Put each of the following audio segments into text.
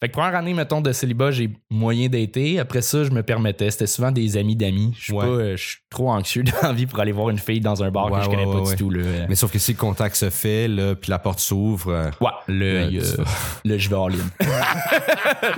Fait que première année, mettons, de célibat, j'ai moyen d'été. Après ça, je me permettais. C'était souvent des amis d'amis. Je suis Ouais. pas, euh, je suis trop anxieux d'envie pour aller voir une fille dans un bar Ouais, que je ouais, connais pas ouais, du ouais. tout. Là. Mais sauf que si le contact se fait, là, puis la porte s'ouvre, euh, Ouais, le, Ouais, euh, ça. le je vais all in.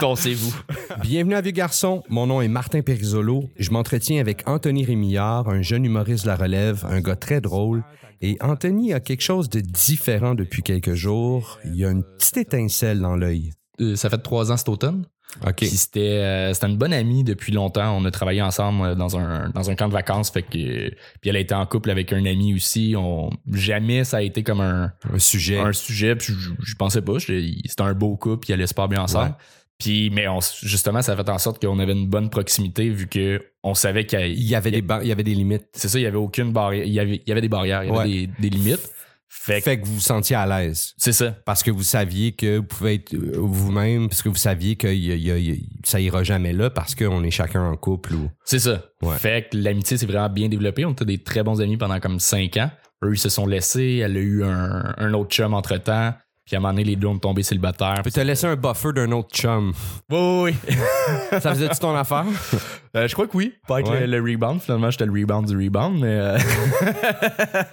Pensez-vous. Bienvenue à Vieux Garçon. Mon nom est Martin Perisolo. Je m'entretiens avec Anthony Rémillard, un jeune humoriste de la relève, un gars très drôle. Et Anthony a quelque chose de différent depuis quelques jours. Il y a une petite étincelle dans l'œil. Euh, ça fait trois ans cet automne. OK. Puis c'était, euh, c'était une bonne amie depuis longtemps. On a travaillé ensemble euh, dans un, dans un camp de vacances. Fait que, euh, puis elle a été en couple avec un ami aussi. On, jamais ça a été comme un, Un sujet. un sujet. Puis je, je pensais pas. J'étais- C'était un beau couple. Puis elle allait super bien ensemble. Ouais. Puis, mais on- justement, ça a fait en sorte qu'on avait une bonne proximité vu que on savait qu'il Il y avait des, ba- il y avait des limites. c'est ça, il y avait aucune barrière. Il y avait, il y avait des barrières, il y avait Ouais. des, des limites. Fait, que Fait que vous vous sentiez à l'aise. c'est ça. Parce que vous saviez que vous pouvez être euh, vous-même, parce que vous saviez que y a- y a- y a- ça ira jamais là parce qu'on est chacun en couple ou. C'est ça. Ouais. Fait que l'amitié s'est vraiment bien développée. On était des très bons amis pendant comme cinq ans. Eux, ils se sont laissés. Elle a eu un, un autre chum entre temps. Puis à un moment donné, les deux ont tombé célibataires. Peut te laisser un buffer d'un autre chum. Oui, oui, oui. Ça faisait-tu ton affaire? Euh, je crois que oui. Pas être Ouais. le, le rebound. Finalement, j'étais le rebound du rebound. Mais euh,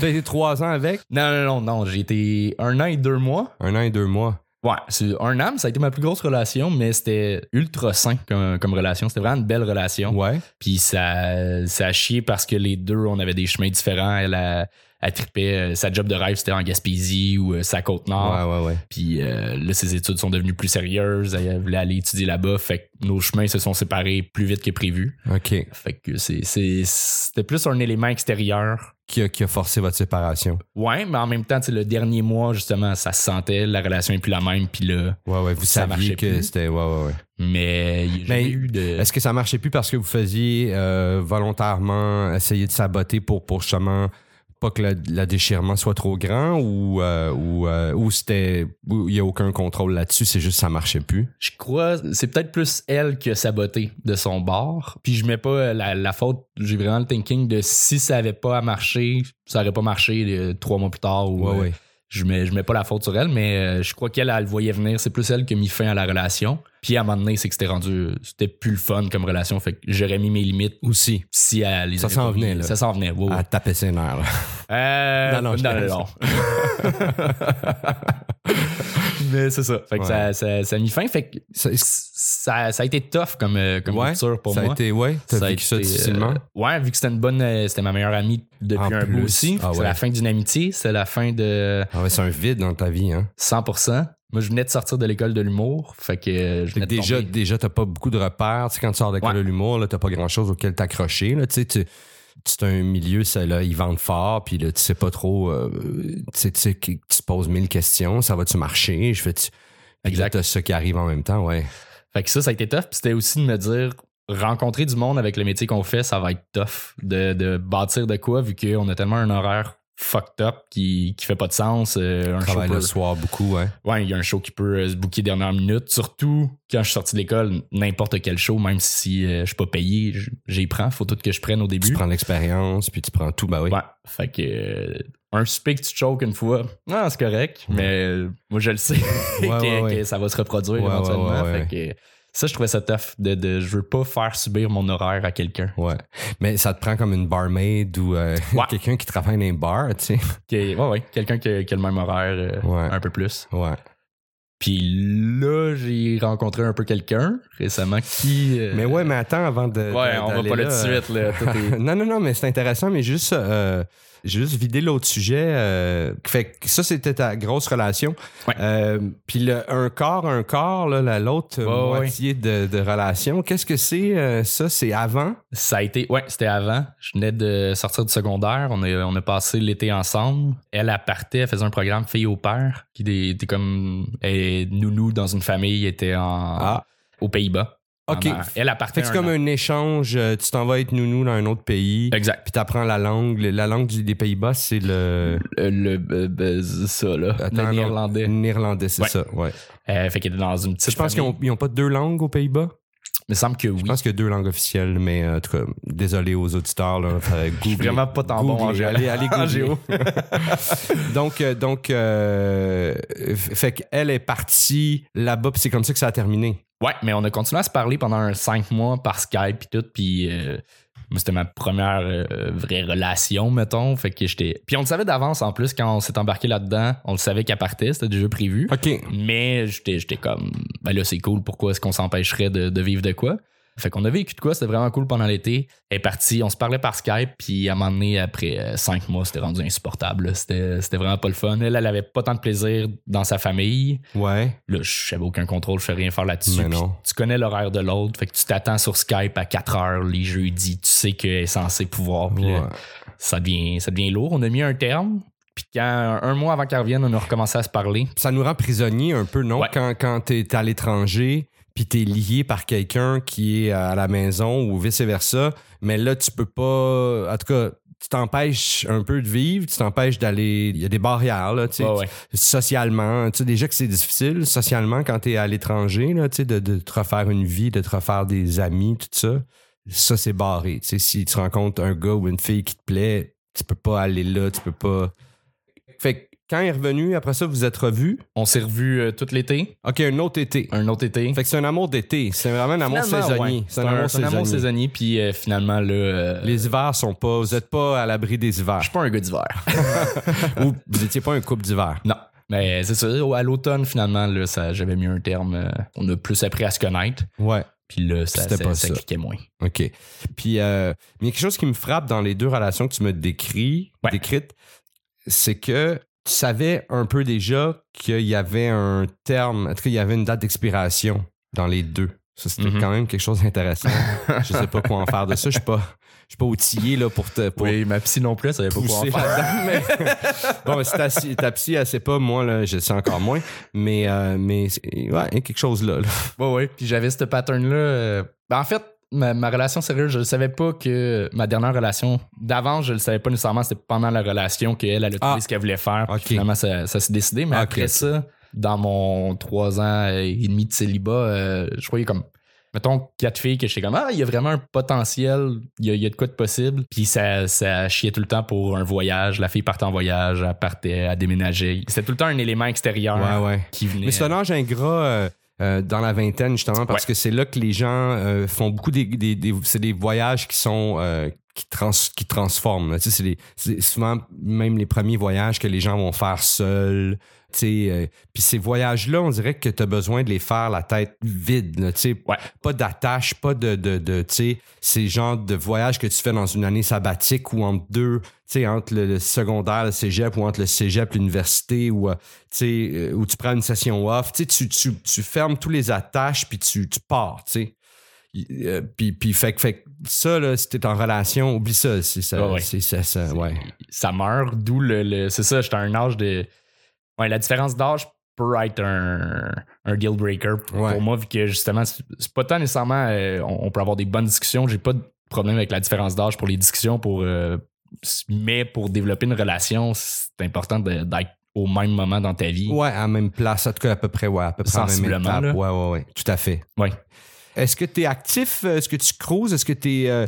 T'as été trois ans avec? non, non, non, non. J'ai été un an et deux mois. Un an et deux mois. Ouais, c'est un an. mais Ça a été ma plus grosse relation, mais c'était ultra sain comme, comme relation. C'était vraiment une belle relation. Ouais. Puis ça, ça a chié parce que les deux, on avait des chemins différents. Elle a, elle tripait, euh, sa job de rêve, c'était en Gaspésie ou euh, sa Côte-Nord. Ouais, ouais, ouais. Puis euh, là, ses études sont devenues plus sérieuses. Elle voulait aller étudier là-bas. Fait que nos chemins se sont séparés plus vite que prévu. OK. Fait que c'est- c'est- c'était plus un élément extérieur. Qui a, qui a forcé votre séparation. Ouais, mais en même temps, tu sais, le dernier mois, justement, ça se sentait. La relation est plus la même. Puis là, Ouais, ouais. Vous Ça marchait saviez que plus. c'était. Ouais, ouais, ouais. mais il y a jamais Mais eu de. Est-ce que ça marchait plus parce que vous faisiez euh, volontairement essayer de saboter pour, pour justement pas que le, le déchirement soit trop grand ou, euh, ou, euh, ou c'était. ou Il n'y a aucun contrôle là-dessus, c'est juste ça marchait plus? Je crois, c'est peut-être plus elle qui a saboté de son bord. Puis je mets pas euh, la, la faute, j'ai vraiment le thinking de si ça avait pas à marcher, ça aurait pas marché euh, trois mois plus tard. Ou, euh, Je mets, je mets pas la faute sur elle, mais euh, je crois qu'elle, elle le voyait venir. C'est plus elle qui a mis fin à la relation. Puis à un moment donné, c'est que c'était rendu, c'était plus le fun comme relation. Fait que j'aurais mis mes limites Aussi. si elle les Ça avait s'en pas mis. venait, là. Ça s'en venait, wow. À taper ses nerfs. là. Euh, Non, non, je non, te non, laisse. non. mais c'est ça. Fait que Ouais. ça, ça, ça a mis fin. Fait que Ça- ça, ça a été tough comme, euh, comme Ouais, rupture pour ça moi. a été, ouais, t'as Ça a vécu ça été, euh, difficilement. ouais, vu que c'était une bonne, euh, c'était ma meilleure amie depuis En un bout plus. aussi. Ah c'est ouais. la fin d'une amitié, c'est la fin de Ah ouais, c'est un vide dans ta vie, hein. 100%. Moi, je venais de sortir de l'école de l'humour, fait que euh, je Fait que venais de déjà, tomber. déjà, t'as pas beaucoup de repères. Tu sais, quand tu sors de l'école Ouais. de l'humour, là, t'as pas grand chose auquel t'accrocher. là. Tu sais, tu- c'est un milieu, ça, là, ils vendent fort, puis là, tu sais pas trop. euh, tu sais, tu sais, que- tu te poses mille questions, ça va-tu marcher? Je fais. Tu... Puis là, Exact. t'as ça qui arrive en même temps, ouais. Fait que ça, ça a été tough. Puis c'était aussi de me dire, rencontrer du monde avec le métier qu'on fait, ça va être tough de, de bâtir de quoi, vu qu'on a tellement un horaire fucked up qui, qui fait pas de sens. euh, un show Travaille peut- le soir beaucoup, ouais. Ouais, il y a un show qui peut euh, se booker dernière minute. Surtout quand je suis sorti de l'école, n'importe quel show, même si euh, je suis pas payé, j- j'y prends. Faut tout que je prenne au Tu début. prends l'expérience, puis tu prends tout, bah oui. Ouais. Fait que euh, un souper que tu choques une fois, non, c'est correct. Mais euh, moi, je le sais Hmm. Ouais, que, ouais, ouais. que ça va se reproduire Ouais, ouais, éventuellement. ouais, ouais. Fait que ça, je trouvais ça tough. De, de- je veux pas faire subir mon horaire à quelqu'un. Ouais. Mais ça te prend comme une barmaid ou euh, Ouais. quelqu'un qui travaille dans un bar, tu sais. Que- ouais, ouais, quelqu'un qui, a- qui a le même horaire euh, Ouais. un peu plus. Ouais. Puis là, j'ai rencontré un peu quelqu'un récemment qui. euh, Mais ouais, mais attends, avant de. Ouais, on va d'aller pas là là, tout de euh, suite. Là. Tout est- non, non, non, mais c'est intéressant, mais juste, euh, j'ai juste vidé l'autre sujet. euh, fait que ça, c'était ta grosse relation. Ouais. Euh, Puis le un corps, un corps, là, la- l'autre Ouais, moitié de, de relation, qu'est-ce que c'est euh, ça? C'est avant? Ça a été, ouais, c'était avant. Je venais de sortir du secondaire. On a, on a passé l'été ensemble. Elle, elle partait, elle faisait un programme Fille au père, qui était était comme elle est nounou dans une famille, elle était en, Ah, aux Pays-Bas. OK. En- elle, elle partait. Fait que c'est ah, ben, un comme an. un échange, euh, tu t'en vas être nounou dans un autre pays, Exact. puis t'apprends la langue. Le- La langue du- des Pays-Bas, c'est le... Le, le- ben, ça, là. Attends, le un néerlandais. autre- Néerlandais, c'est Ouais. ça, ouais. Euh, fait qu'elle était dans une petite. Je pense qu'ils famille. n'ont pas deux langues aux Pays-Bas. me semble que oui. Je pense qu'il y a deux langues officielles, mais euh, en tout cas, désolé aux auditeurs. Là, fait, Je suis googlez. vraiment pas tant bon en Googlez, géo. allez, allez, En googlez. géo. donc, euh, donc euh, f- fait qu'elle est partie là-bas, puis c'est comme ça que ça a terminé. Ouais, mais on a continué à se parler pendant un cinq mois par Skype et tout, puis euh, moi, c'était ma première euh, vraie relation, mettons. Fait que j'étais. Puis on le savait d'avance en plus quand on s'est embarqué là-dedans, on le savait qu'elle partait, c'était déjà prévu. OK. Mais j'étais j'étais comme, ben là, c'est cool, pourquoi est-ce qu'on s'empêcherait de, de vivre de quoi? Fait qu'on a vécu de quoi, c'était vraiment cool pendant l'été. Elle est partie, on se parlait par Skype, puis à un moment donné, après euh, cinq mois, c'était rendu insupportable. là. C'était c'était vraiment pas le fun. Elle, elle avait pas tant de plaisir dans sa famille. Ouais. Là, j'avais aucun contrôle, je fais rien faire là-dessus. Mais Puis non. Tu connais l'horaire de l'autre, fait que tu t'attends sur Skype à 4 heures les jeudis, tu sais qu'elle est censée pouvoir. puis là, Ouais. ça, devient, ça devient lourd. On a mis un terme, puis quand un mois avant qu'elle revienne, on a recommencé à se parler. Ça nous rend prisonniers un peu, non? Ouais. Quand, quand t'es à l'étranger, puis t'es lié par quelqu'un qui est à la maison ou vice-versa, mais là, tu peux pas... En tout cas, tu t'empêches un peu de vivre, tu t'empêches d'aller... Il y a des barrières, là, tu sais. Ouais, ouais. socialement. Tu sais, déjà que c'est difficile socialement quand tu es à l'étranger, là, tu sais, de, de te refaire une vie, de te refaire des amis, tout ça. Ça, c'est barré. Tu sais, si tu rencontres un gars ou une fille qui te plaît, tu peux pas aller là, tu peux pas. Fait que quand il est revenu, après ça, vous êtes revus. On s'est revus euh, tout l'été, OK, un autre été. un autre été. Fait que c'est un amour d'été. C'est vraiment un amour Finalement, saisonnier. ouais. C'est un, amour c'est un saisonnier. amour saisonnier, puis euh, finalement, là, euh, Les hivers sont pas. Vous êtes pas à l'abri des je hivers. suis pas un gars d'hiver. ou vous étiez pas un couple d'hiver. non. Mais c'est ça, à l'automne, finalement, là, ça, j'avais mis un terme. euh, on a plus appris à se connaître, Ouais. puis là, ça, C'était ça, pas ça ça. cliquait moins. OK. Puis, euh, mais il y a quelque chose qui me frappe dans les deux relations que tu me décris, Ouais. décrites, c'est que tu savais un peu déjà qu'il y avait un terme, en tout cas, il y avait une date d'expiration dans les deux. Ça, c'était Mhm. quand même quelque chose d'intéressant. je sais pas quoi en faire de ça. Je suis pas, je suis pas outillé là, pour te. Pour Oui, ma psy non plus, elle savait pas quoi en pousser faire. là-dedans, mais- bon, mais si ta, si ta psy, elle sait pas, moi, là, je sais encore moins. Mais, euh, mais c'est- ouais, il y a quelque chose là. là. Ouais, ouais. Puis j'avais ce pattern-là. euh, ben, en fait, ma, ma relation sérieuse, je ne savais pas que ma dernière relation d'avant, je ne le savais pas nécessairement. C'était pendant la relation qu'elle, elle a trouvé Ah. ce qu'elle voulait faire. Puis Ok. finalement, ça, ça s'est décidé. Mais Ah, ok, après ok. ça, dans mon trois ans et demi de célibat, euh, je voyais comme. Mettons quatre filles que j'étais comme Ah, il y a vraiment un potentiel, il y a, il y a de quoi de possible. Puis ça, ça chiait tout le temps pour un voyage. La fille partait en voyage, elle partait, elle déménageait. C'était tout le temps un élément extérieur Ouais, ouais. qui venait. Mais c'est un âge ingrat euh, euh, dans la vingtaine, justement, parce Ouais. que c'est là que les gens euh, font beaucoup des. des- des- c'est des voyages qui sont. euh, qui, trans, qui transforment. là. Tu sais, c'est les- c'est souvent même les premiers voyages que les gens vont faire seuls. tu sais, euh, Puis ces voyages-là, on dirait que tu as besoin de les faire la tête vide. là, tu sais. Ouais. Pas d'attache, pas de. de, de tu sais, ces genres de voyages que tu fais dans une année sabbatique ou entre deux, tu sais, entre le, le secondaire, le cégep ou entre le cégep, l'université ou. euh, tu sais, euh, où tu prends une session off, tu, sais, tu, tu, tu fermes tous les attaches puis tu, tu pars, tu sais. Y- euh, Puis, puis fait, que- fait que ça, là, si t'es en relation, oublie ça. C'est ça, Ah ouais. c'est ça, ça, ouais. ça meurt, d'où le. le- c'est ça, j'étais à un âge de. Ouais, la différence d'âge peut être un, un deal breaker pour, Ouais. pour moi, vu que justement, c'est c'est pas tant nécessairement. euh, on, on peut avoir des bonnes discussions. J'ai pas de problème avec la différence d'âge pour les discussions, pour, euh, mais pour développer une relation, c'est important de- d'être au même moment dans ta vie. Ouais, à la même place, en tout cas, à peu près, ouais, à peu près à la même Sensiblement, étape. là. Ouais, ouais, ouais, tout à fait. Ouais. Est-ce que t'es actif? Est-ce que tu cruises? Est-ce que t'es... euh,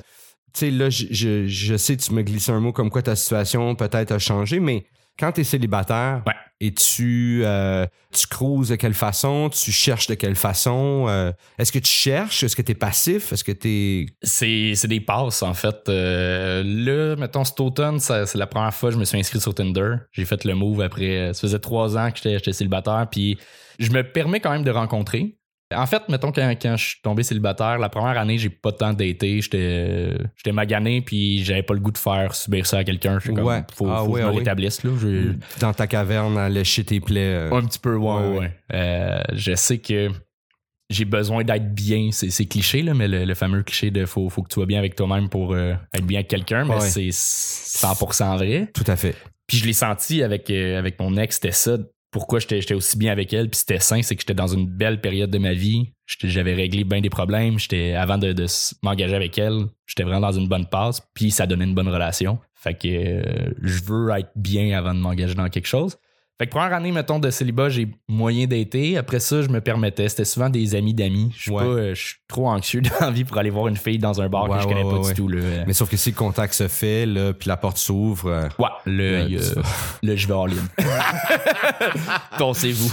tu sais, là, je, je, je sais, tu me glisses un mot comme quoi ta situation peut-être a changé, mais quand t'es célibataire Ouais. et tu, euh, tu cruises de quelle façon? Tu cherches de quelle façon? euh, Est-ce que tu cherches? Est-ce que t'es passif? Est-ce que t'es... C'est c'est des passes, en fait. Euh, là, mettons, cet automne, ça- c'est la première fois que je me suis inscrit sur Tinder. J'ai fait le move après. Ça faisait trois ans que j'étais j'étais célibataire, puis je me permets quand même de rencontrer. En fait, mettons, quand, quand je suis tombé célibataire, la première année, j'ai pas tant daté. J'étais j'étais magané, puis j'avais pas le goût de faire subir ça à quelqu'un. J'étais comme, Ouais. faut, Ah faut que ouais, je ah me ouais. rétablisse, là. Je- euh, Dans ta caverne, à lécher tes plaies. euh, un petit peu, Hmm. ouais, Ouais, ouais. ouais. Euh, je sais que j'ai besoin d'être bien. C'est, c'est cliché, là, mais le, le fameux cliché de faut, faut que tu sois bien avec toi-même pour euh, être bien avec quelqu'un, mais Ouais. c'est 100% vrai. Tout à fait. Puis je l'ai senti avec, euh, avec mon ex, c'était ça. Pourquoi j'étais, j'étais aussi bien avec elle, puis c'était sain, c'est que j'étais dans une belle période de ma vie. J'étais- j'avais réglé bien des problèmes. J'étais, avant de, de s- m'engager avec elle, j'étais vraiment dans une bonne passe, puis ça donnait une bonne relation. Fait que euh, je veux être bien avant de m'engager dans quelque chose. Fait Fait que première année, mettons, de célibat, j'ai moyen d'été. Après ça, je me permettais. C'était souvent des amis d'amis. Je suis Ouais. pas, euh, je suis trop anxieux d'envie pour aller voir une fille dans un bar Ouais, que je ouais, connais pas ouais, ouais. du tout. Là. Mais sauf que si le contact se fait, là, puis la porte s'ouvre, euh, Ouais, le, Ouais, il y a- c'est ça. le je vais en ligne. Pensez-vous.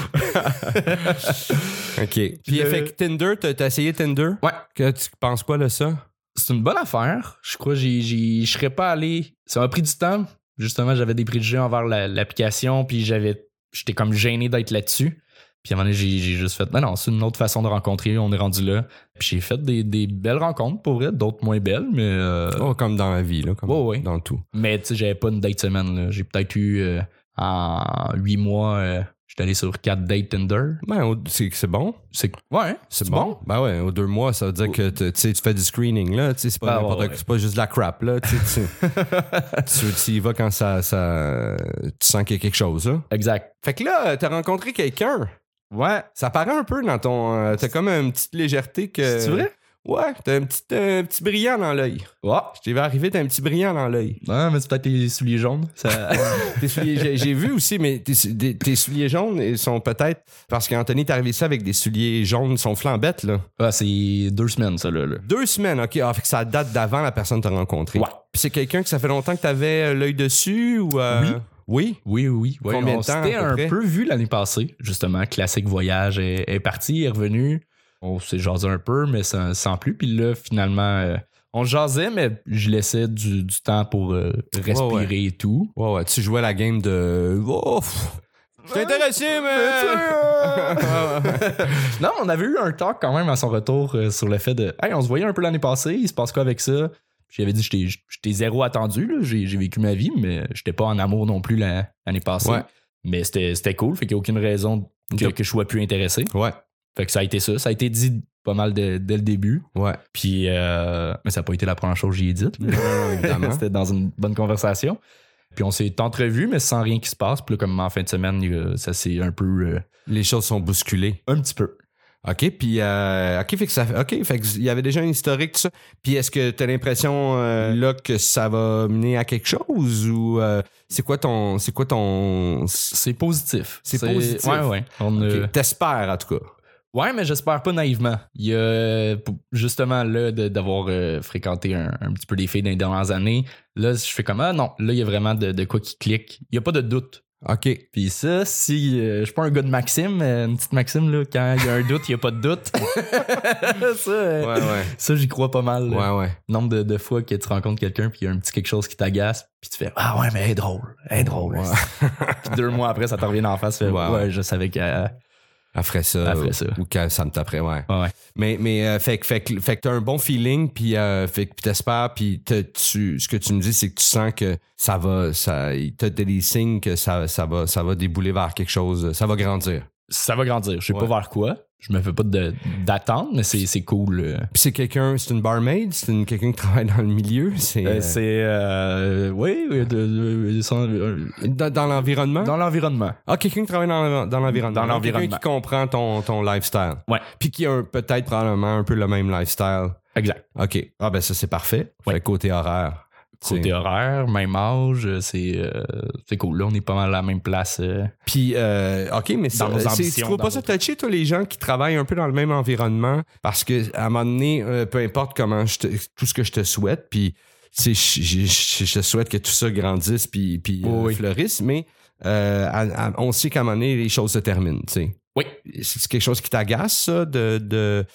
OK. Puis Le- fait que Tinder, t'as t'as essayé Tinder? Ouais. Que tu penses quoi de ça? C'est une bonne affaire. Je crois que j'ai- j'ai- je serais pas allé. Ça m'a pris du temps. Justement, j'avais des préjugés envers la- l'application, puis j'avais, j'étais comme gêné d'être là-dessus. Puis à un moment donné, j'ai j'ai juste fait, non, non, c'est une autre façon de rencontrer, on est rendu là. Puis j'ai fait des, des belles rencontres, pour vrai, d'autres moins belles, mais, euh, Oh, comme dans la vie, là, comme Ouais, ouais. dans tout. mais tu sais, j'avais pas une date semaine. là. J'ai peut-être eu, euh, en huit mois, euh, j'étais allé sur quatre dates Tinder. Ben, au- c'est c'est bon. C'est, ouais, C'est bon. Ben ouais, aux deux mois, ça veut dire que tu tu sais, tu fais du screening, là. Tu sais, c'est pas, Ben ouais, n'importe- ouais. c'est pas juste de la crap, là. Tu sais, tu, tu- tu y vas quand ça, ça- tu sens qu'il y a quelque chose, là. Exact. Fait que là, euh, t'as rencontré quelqu'un. Ouais. Ça paraît un peu dans ton. euh, T'as comme une petite légèreté que. C'est vrai? Ouais, t'as un petit, un petit brillant dans l'œil. Ouais. Je t'ai vu arriver, t'as un petit brillant dans l'œil. Non, mais c'est peut-être les souliers jaunes. Ça... Tes souliers- j'ai- J'ai vu aussi, mais tes, sou- des- tes souliers jaunes, ils sont peut-être. Parce qu'Anthony, t'es arrivé ça avec des souliers jaunes, ils sont flambettes, là. Ah, c'est deux semaines, ça, là. là. Deux semaines, OK. Ah, fait que ça date d'avant la personne t'a rencontré. Ouais. Puis c'est quelqu'un que ça fait longtemps que t'avais euh, l'œil dessus ou. euh, Oui. Oui, oui, oui. Combien on de temps, s'était à peu un près? peu vu l'année passée, justement. Classique voyage est, est parti, est revenu. On s'est jasé un peu, mais sans, sans plus. Puis là, finalement, euh, on se jasait, mais je laissais du, du temps pour euh, respirer Ouais, ouais. et tout. Ouais, ouais. Tu jouais la game de. Oh, pff. Je suis intéressé, mais. Non, mais on avait eu un talk quand même à son retour euh, sur le fait de Hey, on se voyait un peu l'année passée, il se passe quoi avec ça? Puis J'avais dit, j'étais- j'étais zéro attendu, là. j'ai j'ai vécu ma vie, mais j'étais pas en amour non plus la- l'année passée. Ouais. Mais c'était c'était cool, fait qu'il n'y a aucune raison que, De- que je sois plus intéressé. ouais. Fait que ça a été ça, ça a été dit pas mal de- dès le début. Ouais. Puis, euh, mais ça n'a pas été la première chose que j'y ai dite. là. évidemment. C'était dans une bonne conversation. Puis on s'est entrevus, mais sans rien qui se passe. Puis là, comme en fin de semaine, euh, ça s'est un peu. euh, Les choses sont bousculées. un petit peu. OK, puis euh, OK, fait que ça OK, fait que il y avait déjà un historique tout ça. Puis est-ce que tu as l'impression euh, là que ça va mener à quelque chose ou euh, c'est quoi ton c'est quoi ton C'est positif. C'est positif. Ouais, ouais. On, OK, euh, t'espères en tout cas. Ouais, mais j'espère pas naïvement. Il y a euh, p- justement là de- d'avoir euh, fréquenté un, un petit peu les filles dans les dernières années. Là, je fais comme ah non, là il y a vraiment de, de quoi qui clique. Il y a pas de doute. OK. Puis ça, si euh, je suis pas un gars de Maxime, euh, une petite Maxime là, quand il y a un doute, il y a pas de doute. ça, euh, ouais. ça j'y crois pas mal. Ouais ouais. Nombre de, de fois que tu rencontres quelqu'un puis il y a un petit quelque chose qui t'agace, puis tu fais ah ouais mais elle est drôle, elle est drôle. Ouais. Puis deux mois après, ça te revient en face. tu fais, Ouais. ouais, je savais que euh, Après ça, Après ça. ou quand ça me taperait, ouais. ouais, ouais. Mais, mais euh, fait, que- fait, que- fait que t'as un bon feeling, puis euh, fait que puis t'espères, puis te- tu, ce que tu me dis, c'est que tu sens que ça va, ça, t'as des signes que ça, ça va, ça va débouler vers quelque chose, ça va grandir. ça va grandir. Je sais Ouais. pas vers quoi. Je me fais pas de- d'attente, mais c'est c'est cool. euh. Puis c'est quelqu'un, c'est une barmaid, c'est une, quelqu'un qui travaille dans le milieu, c'est Euh, euh, c'est. euh, oui, oui, de- de- de- sans- euh, dans, dans l'environnement. dans l'environnement. Ah, quelqu'un qui travaille dans, dans l'environnement. Dans l'environnement. Quelqu'un qui comprend ton, ton lifestyle. Ouais. Puis qui a un- peut-être probablement un peu le même lifestyle. Exact. OK. Ah, ben ça, c'est parfait. Ouais. Fait que côté horaire. Côté horaire, même âge, euh, c'est euh, c'est cool. Là, on est pas mal à la même place. euh. Puis, euh, OK, mais ça, Dans nos c'est- tu ambitions, trouves dans pas ça touché, toi, les gens qui travaillent un peu dans le même environnement? Parce que à un moment donné, euh, peu importe comment, je te- tout ce que je te souhaite, puis tu sais, je, je- je- je te souhaite que tout ça grandisse puis, puis euh, Oui, oui. fleurisse, mais euh, à- à- on sait qu'à un moment donné, les choses se terminent, tu sais. Oui. C'est quelque chose qui t'agace, ça, de, de-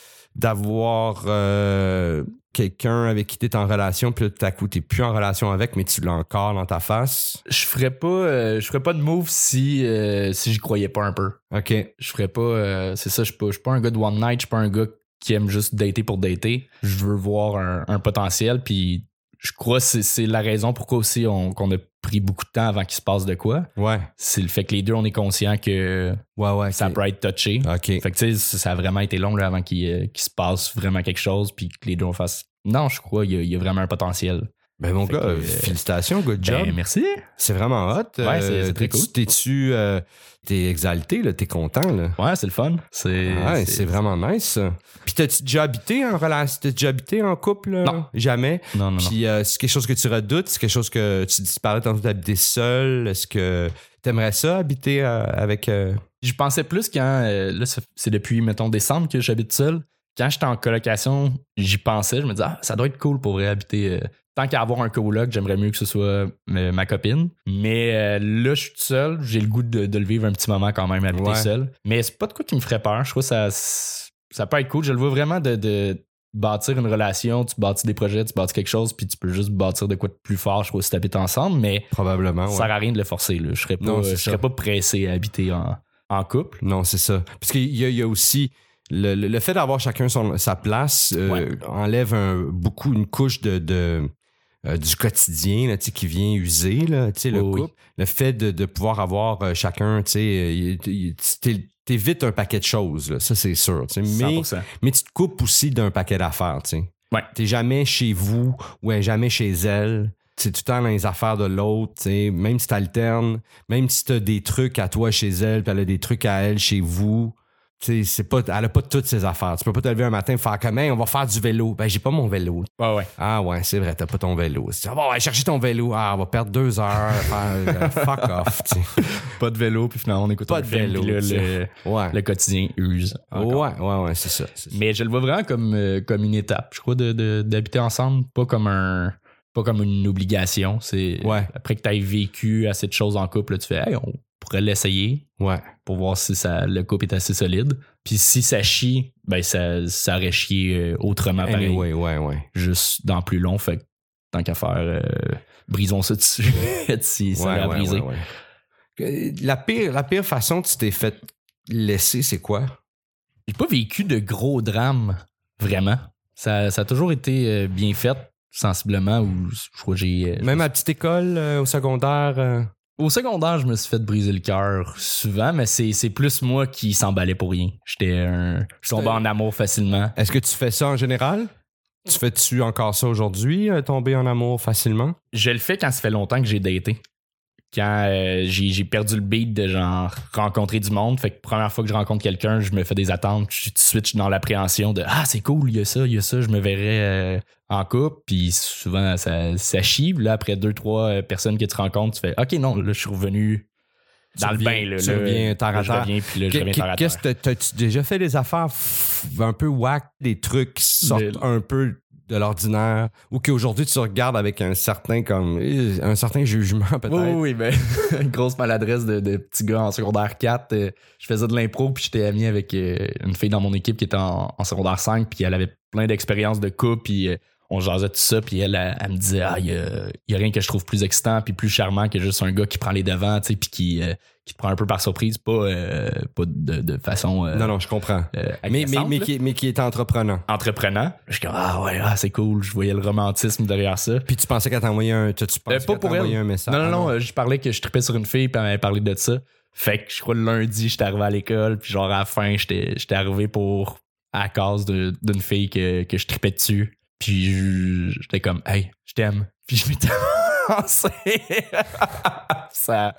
d'avoir euh, quelqu'un avec qui t'es en relation, puis là, tout à coup, t'es plus en relation avec, mais tu l'as encore dans ta face? Je ferais pas, euh, je ferais pas de move si euh, si j'y croyais pas un peu. OK. Je ferais pas. euh, c'est ça. Je suis pas, je suis pas un gars de one night. Je suis pas un gars qui aime juste dater pour dater. Je veux voir un, un potentiel. Puis je crois que c'est- c'est la raison pourquoi aussi on- qu'on a pris beaucoup de temps avant qu'il se passe de quoi. Ouais. c'est le fait que les deux, on est conscient que Ouais, ouais. ça OK. peut être touché. OK. Fait que, tu sais, ça ça a vraiment été long là, avant qu'il euh, qu'il se passe vraiment quelque chose, puis que les deux, on fasse. Non, je crois, il y, a- il y a vraiment un potentiel. Ben mon Fait gars, que, euh, félicitations, good job. Ben, merci. c'est vraiment hot. euh, Ouais, c'est- c'est très t'es- cool. T'es-tu euh, t'es exalté, là, t'es content, là. Ouais, c'est le fun. C'est. Ouais, c'est- c'est vraiment nice. ça. Puis t'as-tu déjà habité en relation, t'as déjà habité en couple? là? Non. Jamais. Non, non, non. Puis euh, c'est quelque chose que tu redoutes, c'est quelque chose que tu disparais tantôt d'habiter seul, est-ce que T'aimerais ça habiter euh, avec. euh, Je pensais plus quand. euh, là, ça- c'est depuis, mettons, décembre que j'habite seul. Quand j'étais en colocation, j'y pensais. Je me disais, ah, ça doit être cool pour réhabiter. euh, Tant qu'à avoir un coloc, j'aimerais mieux que ce soit euh, ma copine. Mais euh, là, je suis tout seul. J'ai le goût de, de le vivre un petit moment quand même, habiter Ouais. seul. Mais c'est pas de quoi qui me ferait peur. Je trouve que ça, ça peut être cool. Je le vois vraiment de, de bâtir une relation. Tu bâtis des projets, tu bâtis quelque chose, puis tu peux juste bâtir de quoi de plus fort, je trouve, si t'habites ensemble. Mais probablement. Ah ouais. ça sert à rien de le forcer. Là. Je serais pas, Non, c'est je ça. serais pas pressé à habiter en, en couple. Non, c'est ça. Parce qu'il y, a- il y a aussi le, le- le fait d'avoir chacun son- sa place euh, Ouais. enlève un- beaucoup une couche de, de, euh, du quotidien là, tu sais, qui vient user là, tu sais, le Oui, oui. couple. Le fait de, de pouvoir avoir euh, chacun, tu sais, euh, il- il- t'é- t'évites un paquet de choses, là, ça c'est sûr. tu sais. Mais, 100%. mais tu te coupes aussi d'un paquet d'affaires. Tu sais. Ouais. T'es jamais chez vous ou elle est jamais chez elle. Tu sais, tout le temps dans les affaires de l'autre, tu sais, même si t'alternes, même si t'as des trucs à toi chez elle, puis elle a des trucs à elle chez vous. Tu sais, c'est pas, elle a pas toutes ses affaires. Tu peux pas te lever un matin et faire comme Hey, on va faire du vélo. Ben, j'ai pas mon vélo. Ouais, ouais. Ah ouais, c'est vrai, t'as pas ton vélo. Tu dis, Ah, bon, va chercher ton vélo. Ah, on va perdre deux heures. Faire- euh, fuck off. tu sais. Pas de vélo, puis finalement on écoute Pas un de film, vélo, puis là, tu le, Ouais. le quotidien use. encore. Ouais, ouais, ouais, c'est ça. c'est ça. Mais je le vois vraiment comme, euh, comme une étape, je crois, de- de- d'habiter ensemble, pas comme un pas comme une obligation. C'est Ouais. après que tu aies vécu assez de choses en couple, là, tu fais Hey, on pourrait l'essayer Ouais. pour voir si ça, le couple est assez solide. Puis si ça chie, ben ça, ça aurait chié euh, autrement pareil. Anyway, ouais, ouais. juste dans plus long. Fait que tant qu'à faire, euh, brisons ça dessus. si ça Ouais, l'a ouais, brisé. ouais, ouais. Que- La pire, la pire façon que tu t'es fait laisser, c'est quoi? J'ai pas vécu de gros drames, vraiment. Ça, ça a toujours été euh, bien fait, sensiblement, ou je crois que j'ai. euh, Même à la petite école, euh, au secondaire. euh, Au secondaire, je me suis fait briser le cœur souvent, mais c'est c'est plus moi qui s'emballais pour rien. J'étais un. Je tombais en amour facilement. Est-ce que tu fais ça en général? Tu fais-tu encore ça aujourd'hui, euh, tomber en amour facilement? Je le fais quand ça fait longtemps que j'ai daté. Quand euh, j'ai j'ai perdu le beat de genre rencontrer du monde, fait que première fois que je rencontre quelqu'un, je me fais des attentes, je suis tout de suite je suis dans l'appréhension de ah c'est cool, il y a ça, il y a ça, je me verrai euh, en couple, puis souvent ça, ça chie. Puis Là après deux trois euh, personnes que tu rencontres, tu fais ok non là je suis revenu dans Tu le reviens- bain là, tu là, reviens terre à là, je terre. reviens, puis là je reviens terre à Qu'est- Qu'est-ce terre. que t'as- t'as-tu déjà fait des affaires f- un peu whack, des trucs qui sortent Des- un peu de l'ordinaire ou qu'aujourd'hui tu regardes avec un certain comme euh, un certain jugement peut-être? Oui, oui, oui, ben, une grosse maladresse de, de petit gars en secondaire 4. euh, je faisais de l'impro, puis j'étais ami avec euh, une fille dans mon équipe qui était en, en secondaire 5, puis elle avait plein d'expériences de couple, puis euh, on jasait tout ça, puis elle, elle, elle me disait, ah, il y a, il y a rien que je trouve plus excitant, puis plus charmant que juste un gars qui prend les devants, tu sais, puis qui, euh, qui te prend un peu par surprise, pas, euh, pas de, de façon. euh, Non, non, je comprends. euh, Mais, mais, agressante, mais, là. qui, mais qui est entreprenant. entreprenant. Je suis comme, ah ouais, ah, c'est cool, je voyais le romantisme derrière ça. Puis tu pensais qu'elle t'envoyait un, tu, tu pensais Euh, pas qu'elle pour elle. t'envoyait un message. Non, non, Ah non, euh, je parlais que je tripais sur une fille, puis elle m'avait parlé de ça. Fait que je crois le lundi, j'étais arrivé à l'école, puis genre à la fin, j'étais j'étais arrivé pour à cause de- d'une fille que, que je tripais dessus. Puis je- j'étais comme, hey, je t'aime. Puis je m'étais lancé. ça.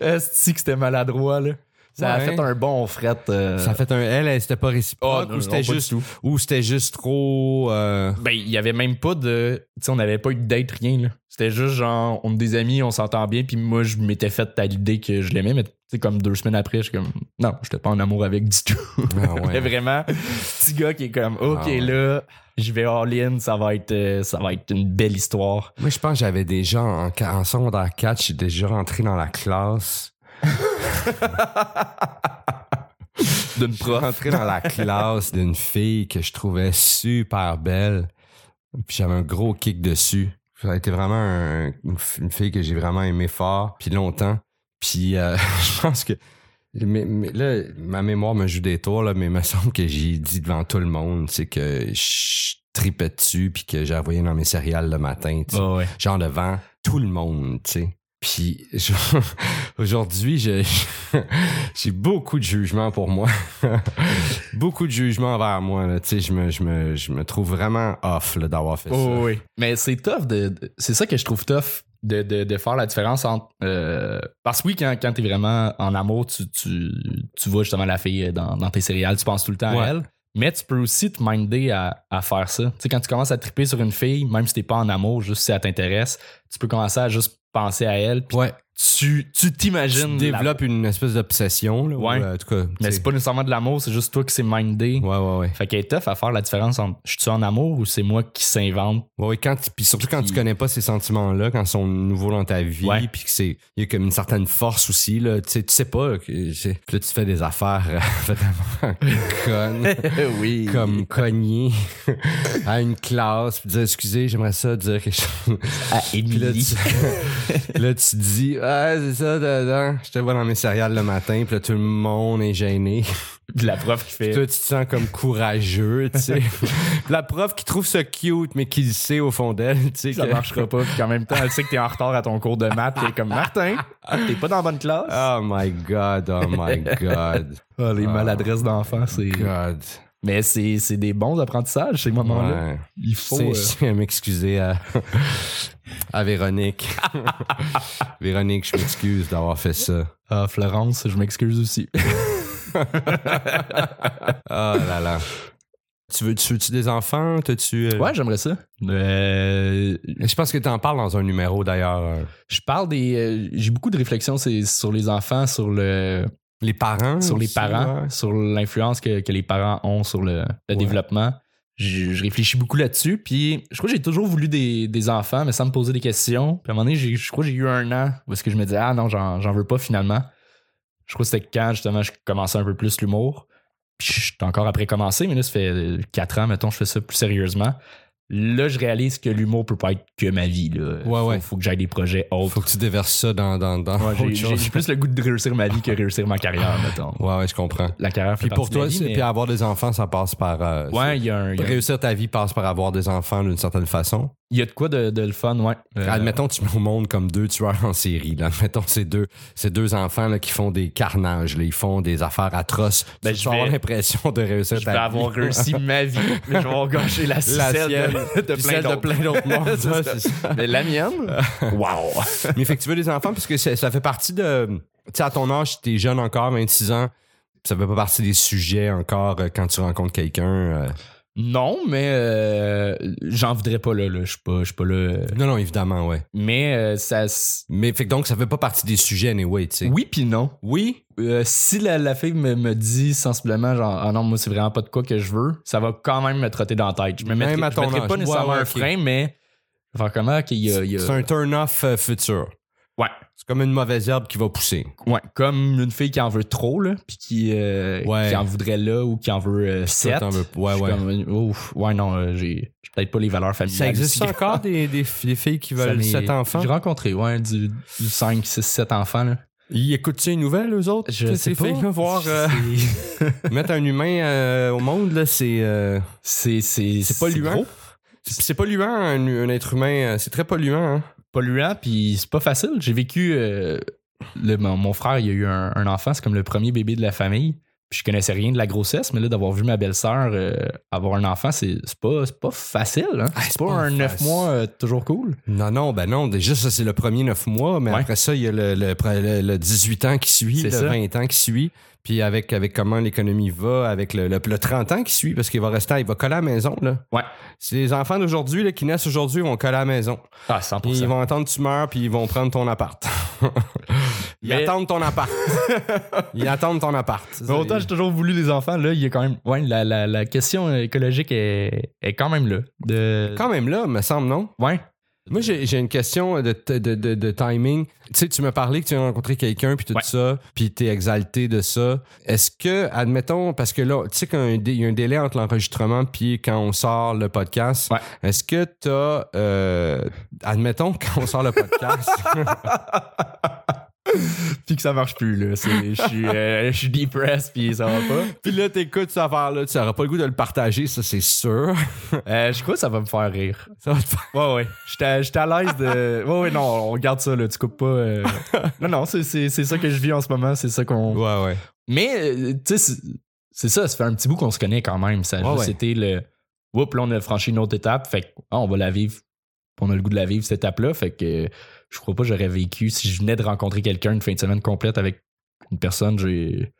Est-ce que c'était maladroit, là? Ça Ouais. a fait un bon fret. euh, Ça a fait un L, elle, c'était pas oh, réciproque non, non, ou pas c'était du juste tout. ou c'était juste trop euh, Ben, il y avait même pas de. Tu sais, on n'avait pas eu de date, rien, là. C'était juste genre, on est des amis, on s'entend bien, puis moi, je m'étais fait à l'idée que je l'aimais, mais tu sais, comme deux semaines après, je suis comme, non, j'étais pas en amour avec du tout. Ah ouais. Mais vraiment, petit gars qui est comme, OK, Ah ouais. là, je vais all-in, ça, va être, euh, ça va être une belle histoire. Moi je pense que j'avais déjà en, en secondaire 4, j'étais déjà rentré dans la classe. D'une Je suis prof. rentré dans la classe d'une fille que je trouvais super belle. Puis j'avais un gros kick dessus. Ça a été vraiment un- une f- une fille que j'ai vraiment aimée fort, puis longtemps. Puis euh, je pense que. Mais, mais là, ma mémoire me joue des tours, là, mais il me semble que j'ai dit devant tout le monde, c'est que je tripais dessus, puis que j'ai envoyé dans mes céréales le matin. tu sais Ah ouais. genre devant tout le monde, tu sais. Puis je- aujourd'hui, je- j'ai beaucoup de jugements pour moi. beaucoup de jugements envers moi. là. Tu sais, je me, je, me, je me trouve vraiment off là, d'avoir fait Oh, oui. Mais c'est tough de. de- c'est ça que je trouve tough de, de- de faire la différence entre. euh, parce que oui, quand, quand t'es vraiment en amour, tu, tu, tu vois justement la fille dans, dans tes céréales, tu penses tout le temps Ouais. à elle. Mais tu peux aussi te minder à, à faire ça. Tu sais, quand tu commences à triper sur une fille, même si t'es pas en amour, juste si elle t'intéresse, tu peux commencer à juste penser à elle, ça. puis Ouais, tu tu Tu t'imagines. la- développes une espèce d'obsession, là. ou, Ouais. euh, en tout cas. tu Mais sais. c'est pas nécessairement de l'amour, c'est juste toi qui s'est mindé. Ouais, ouais, ouais. Fait qu'elle est tough à faire la différence entre je suis en amour ou c'est moi qui s'invente. Ouais, ouais, quand, tu- puis surtout quand tu Puis- connais pas ces sentiments-là, quand ils sont nouveaux dans ta vie, Ouais. puis que c'est il y a comme une certaine force aussi là, tu sais, tu sais pas, là, que, c'est- là tu fais des affaires euh, vraiment connes, oui. comme cogner à une classe, puis dire excusez, j'aimerais ça dire quelque chose. à Puis là, Émilie. tu, là, tu dis, ah, c'est ça, dedans. Je te vois dans mes céréales le matin, puis là, tout le monde est gêné. Puis la prof qui Toi, fait. tu te sens comme courageux, tu sais. Puis la prof qui trouve ça cute, mais qui le sait au fond d'elle, tu sais. Ça que- marchera pas. Puis en même temps, elle sait que t'es en retard à ton cours de maths. T'es comme Martin, t'es pas dans la bonne classe. Oh my God, oh my God. Ah, les Ah. maladresses d'enfants, c'est. God. Mais c'est c'est des bons apprentissages, ces moments-là. Ouais. Il Je faut. tiens- euh, je tiens à m'excuser à, à Véronique. Véronique, je m'excuse d'avoir fait ça. Ah, Florence, je m'excuse aussi. Oh là là. Tu veux- tu veux-tu des enfants? T'as-tu. euh, Ouais, j'aimerais ça. Euh, Je pense que tu en parles dans un numéro d'ailleurs. euh, je parle des. euh, J'ai beaucoup de réflexions c'est sur les enfants, sur le, Les parents. sur les aussi, parents, ouais. sur l'influence que, que les parents ont sur le, le Ouais. développement. Je, je réfléchis beaucoup là-dessus. Puis je crois que j'ai toujours voulu des, des enfants, mais sans me poser des questions. Puis à un moment donné, j'ai- je crois que j'ai eu un an où est-ce que je me disais, ah non, j'en j'en veux pas finalement. Je crois que c'était quand justement je commençais un peu plus l'humour. Puis je suis encore après commencer, mais là, ça fait 4 ans, mettons, je fais ça plus sérieusement. Là, je réalise que l'humour peut pas être que ma vie. Là. Ouais, faut, ouais. faut que j'aille des projets autres. Faut que tu déverses ça dans. dans, dans Ouais, j'ai- autre j'ai chose. j'ai plus le goût de réussir ma vie que réussir ma carrière, mettons. Ouais, ouais, je comprends. La carrière fait Puis pour partie de ma toi, vie, c'est- mais- puis avoir des enfants, ça passe par. euh, Ouais, il y a un. il y a- Réussir ta vie passe par avoir des enfants d'une certaine façon. Il y a de quoi de, de le fun, ouais. Euh, Admettons, tu mets au monde comme deux tueurs en série. Là. Admettons, ces deux, ces deux enfants là, qui font des carnages, là. ils font des affaires atroces. Ben, tu je vas avoir vais- l'impression de réussir je ta vais vie. avoir réussi ma vie, mais je vais avoir gâché la La sienne sienne, de, de puis plein celle de d'autres. plein d'autres mondes. C'est Ouais, ça. c'est ça. Mais la mienne, wow! Mais fait que tu veux des enfants parce que ça, ça fait partie de. Tu sais, à ton âge, t'es jeune encore, 26 ans. Ça fait pas partie des sujets encore euh, quand tu rencontres quelqu'un. euh. Non, mais euh, j'en voudrais pas là, là. je suis pas, je suis pas là. euh, Non, non, évidemment, ouais. Mais euh, ça. s- Mais fait que donc, ça fait pas partie des sujets, anyway, tu sais. Oui, puis non. Oui? Euh, si la, la fille me, me dit sensiblement, genre, ah non, moi, c'est vraiment pas de quoi que je veux, ça va quand même me trotter dans la tête. Je me Même mettrai, à je ton mettrai âge. pas Ouais, nécessairement ouais, un ok. frein, mais. Enfin, comment qu'il y a. ah, il y a- C'est un turn-off euh, futur. Ouais. C'est comme une mauvaise herbe qui va pousser. Ouais, comme une fille qui en veut trop, là, puis qui, euh, Ouais. qui en voudrait là ou qui en veut euh, sept. t'en veux- ouais, Je suis ouais. comme, ouf, ouais, non, euh, j'ai j'ai peut-être pas les valeurs familiales. Ça existe aussi. encore des, des, des filles qui Ah, Ça veulent m'est- sept enfants? J'ai rencontré, ouais, du, 5, 6, 7 enfants, là. Ils écoutent-tu les nouvelles, eux autres? Je Ces sais pas. filles-là, voir euh, C'est- mettre un humain euh, au monde, là, c'est... euh, C'est, c'est, C'est pas luant. gros, C'est c'est polluant, un, un être humain. euh, C'est très polluant, hein? polluant, puis c'est pas facile. J'ai vécu. euh, le- mon, mon frère, il a eu un, un enfant, c'est comme le premier bébé de la famille. Puis je connaissais rien de la grossesse, mais là, d'avoir vu ma belle-sœur euh, avoir un enfant, c'est, c'est pas, c'est pas facile. hein. Ah, c'est pas, un 9 facile. mois euh, toujours cool. Non, non, ben non. Déjà, ça, c'est le premier neuf mois, mais Ouais. après ça, il y a le, le, le- le 18 ans qui suit, C'est le ça. 20 ans qui suit, puis avec, avec comment l'économie va, avec le, le, le 30 ans qui suit, parce qu'il va rester, il va coller à la maison, là. Ouais. C'est les enfants d'aujourd'hui, là, qui naissent aujourd'hui, vont coller à la maison. Ah, Puis 100%. ils vont entendre tu meurs, puis ils vont prendre ton appart. ils Mais- attendent ton appart. ils attendent ton appart. Mais autant j'ai toujours voulu des enfants, là, il y a quand même. Ouais, la, la, la question écologique est, est quand même là. De... Quand même là, me semble, non? Ouais. Moi, j'ai j'ai une question de, t- de- de- de timing. Tu sais, tu m'as parlé que tu as rencontré quelqu'un, puis tout Ouais. ça, puis t'es exalté de ça. Est-ce que, admettons, parce que là, tu sais qu'il y a un délai entre l'enregistrement puis quand on sort le podcast. Ouais. Est-ce que t'as... euh, admettons, quand on sort le podcast... Puis que ça marche plus, là. C'est- Je suis, euh, je suis depressed, puis ça va pas. puis là, t'écoutes cette affaire-là, tu n'auras pas le goût de le partager, ça, c'est sûr. Euh, je crois que ça va me faire rire. Ça va te faire- Ouais, ouais. J'étais à- j'étais à l'aise de. Ouais, ouais, non, on garde ça, là. Tu coupes pas. euh. Non, non, c'est- c'est c'est ça que je vis en ce moment. C'est ça qu'on. Ouais, ouais. Mais, euh, tu sais, c'est- c'est ça. Ça fait un petit bout qu'on se connaît quand même. Ça a Ouais, juste ouais. été le. Oups, là, on a franchi une autre étape. Fait que, ah, on va la vivre. On a le goût de la vivre, cette étape-là. Fait que euh, je crois pas que j'aurais vécu. Si je venais de rencontrer quelqu'un une fin de semaine complète avec une personne j'ai-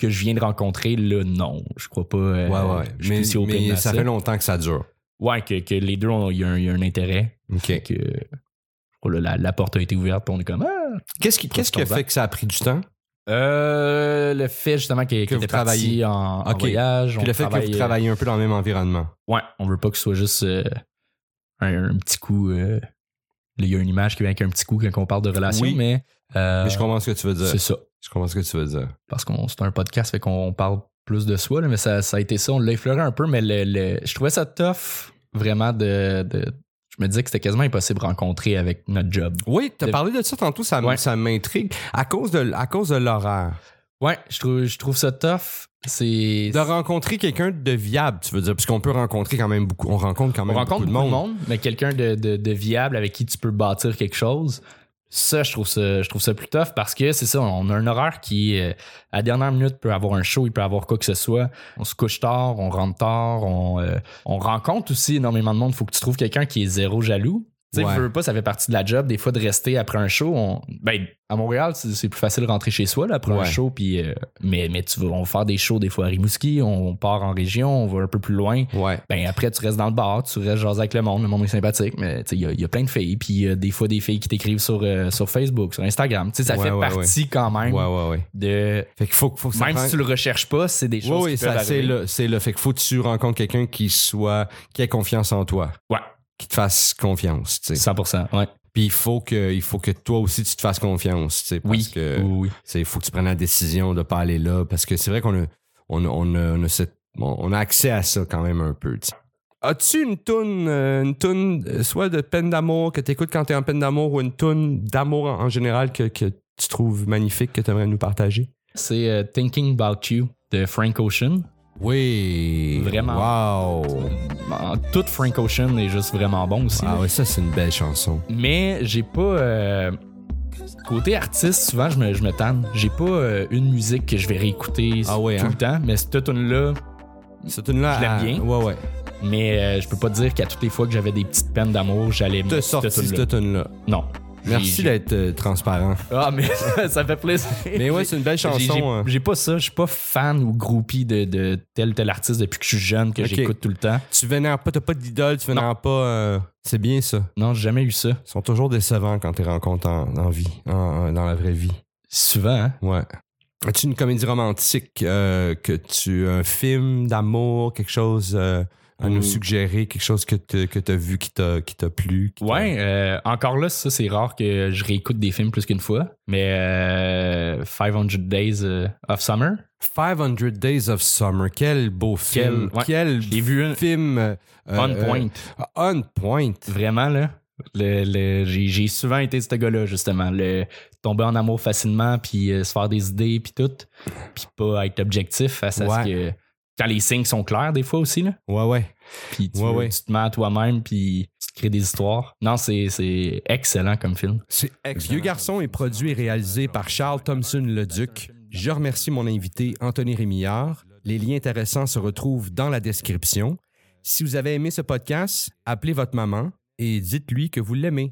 que je viens de rencontrer, là, non. Je crois pas. euh, Ouais, ouais. Je suis Mais, aussi open mais à ça ça. fait longtemps que ça dure. Ouais, que, que les deux, on- il y, a un- il y a un intérêt. OK. oh Fait que, je crois, là, la, la porte a été ouverte, puis on est comme, ah, Montréal. Qu'est-ce qui, qu'est-ce qui a fait que ça a pris du temps? Euh, le fait justement qu'il Que qu'il vous était parti travaillez. en, en Ok. voyage. Puis on le fait que travaille, vous euh, travaillez un peu dans le même environnement. Ouais, on veut pas que ce soit juste euh, un, un petit coup. euh, là, il y a une image qui vient avec un petit coup quand on parle de relation, Oui. mais, euh, Mais je comprends ce que tu veux dire. c'est ça. Je comprends ce que tu veux dire. Parce qu'on c'est un podcast, fait qu'on parle plus de soi, là, mais ça, ça a été ça. On l'a effleuré un peu, mais le, le- je trouvais ça tough vraiment de. de- je me disais que c'était quasiment impossible de rencontrer avec notre job. Oui, tu as De- parlé de ça tantôt, ça, m- Ouais. ça m'intrigue. À cause de, à cause de l'horaire. Ouais, je trouve, je trouve ça tough. C'est. De rencontrer quelqu'un de viable, tu veux dire, parce qu'on peut rencontrer quand même beaucoup. On rencontre quand On même rencontre beaucoup de monde. mais quelqu'un de, de- de viable avec qui tu peux bâtir quelque chose. Ça, je trouve ça, je trouve ça plus tough parce que c'est ça, on a un horaire qui, euh, à la dernière minute, peut avoir un show, il peut avoir quoi que ce soit. On se couche tard, on rentre tard, on, euh, on rencontre aussi énormément de monde. Faut que tu trouves quelqu'un qui est zéro jaloux. Tu sais, Ouais. veux, veux pas, ça fait partie de la job. Des fois, de rester après un show, on- ben, à Montréal, c'est c'est plus facile de rentrer chez soi là, après un Ouais. show. Puis, euh, mais, mais tu vas, on va faire des shows des fois à Rimouski, on part en région, on va un peu plus loin Ouais. ben après tu restes dans le bar, tu restes jaser avec le monde, le monde est sympathique, mais tu sais, il y, a- il y a plein de filles, puis euh, des fois des filles qui t'écrivent sur, euh, sur Facebook, sur Instagram, tu sais, ça Ouais, fait ouais, partie quand même Ouais, ouais, ouais. de... Fait qu'il faut, faut que ça Même prenne- si tu le recherches pas, c'est des Oui, choses oui, qui peuvent ça, c'est arriver. là. C'est là. Fait qu'il faut que tu rencontres quelqu'un qui soit, qui ait confiance en toi. Ouais. Qui te fasse confiance, tu sais. 100%, ouais. Puis il faut que, il faut que toi aussi tu te fasses confiance, tu sais. Parce Oui, que, oui, oui. c'est faut que tu prennes la décision de pas aller là parce que c'est vrai qu'on a on, a- on a, on a cette- bon, on a accès à ça quand même un peu. tu sais. As-tu une toune, euh, une toune euh, soit de peine d'amour que tu écoutes quand tu es en peine d'amour ou une toune d'amour en, en général que, que tu trouves magnifique que tu aimerais nous partager? C'est euh, Thinking About You de Frank Ocean. Oui. Wow. En- Tout Frank Ocean est juste vraiment bon aussi. là. Ah oui, ça c'est une belle chanson. Mais j'ai pas. euh, Côté artiste, souvent je me, je me tanne. J'ai pas euh, une musique que je vais réécouter Ah ouais, tout hein? le temps, mais cette tune là Cette tune là Je l'aime bien. Ouais ouais. Mais euh, je peux pas te dire qu'à toutes les fois que j'avais des petites peines d'amour, j'allais T'as mettre sorti cette tune-là. cette tune là. Non. Merci J'ai- d'être euh, transparent. Ah, mais ça fait plaisir. Mais ouais, c'est une belle J'ai- j'ai- chanson. hein. J'ai pas ça. Je suis pas fan ou groupie de, de tel tel artiste depuis que je suis jeune, que Ok. j'écoute tout le temps. Tu vénères pas, t'as pas d'idole, tu vénères pas. euh, c'est bien ça. Non, j'ai jamais eu ça. Ils sont toujours décevants quand tu les rencontres en, en vie, en- en- dans la vraie vie. Souvent, hein? Ouais. As-tu une comédie romantique euh, que tu. un film d'amour, quelque chose euh, à nous Mm. suggérer, quelque chose que tu as vu qui t'a qui t'a plu? qui t'a- Ouais, euh, encore là, ça, c'est rare que je réécoute des films plus qu'une fois. Mais euh, 500 Days euh, of Summer, 500 Days of Summer, quel beau film. Quel- ouais. Quel, je l'ai vu un- film. euh, on euh, point. on point. Vraiment, là. Le- le- j'ai, j'ai souvent été ce gars-là, justement. Le, tomber en amour facilement, puis euh, se faire des idées, puis tout. Puis pas être objectif face à Ouais. ce que. Quand les signes sont clairs, des fois aussi, là. Ouais, ouais. Puis tu, Ouais, ouais. tu te mets à toi-même, puis tu te crées des histoires. Non, c'est, c'est excellent comme film. C'est Vieux garçon est produit et réalisé par Charles Thompson Leduc. Je remercie mon invité Anthony Rémillard. Les liens intéressants se retrouvent dans la description. Si vous avez aimé ce podcast, appelez votre maman et dites-lui que vous l'aimez.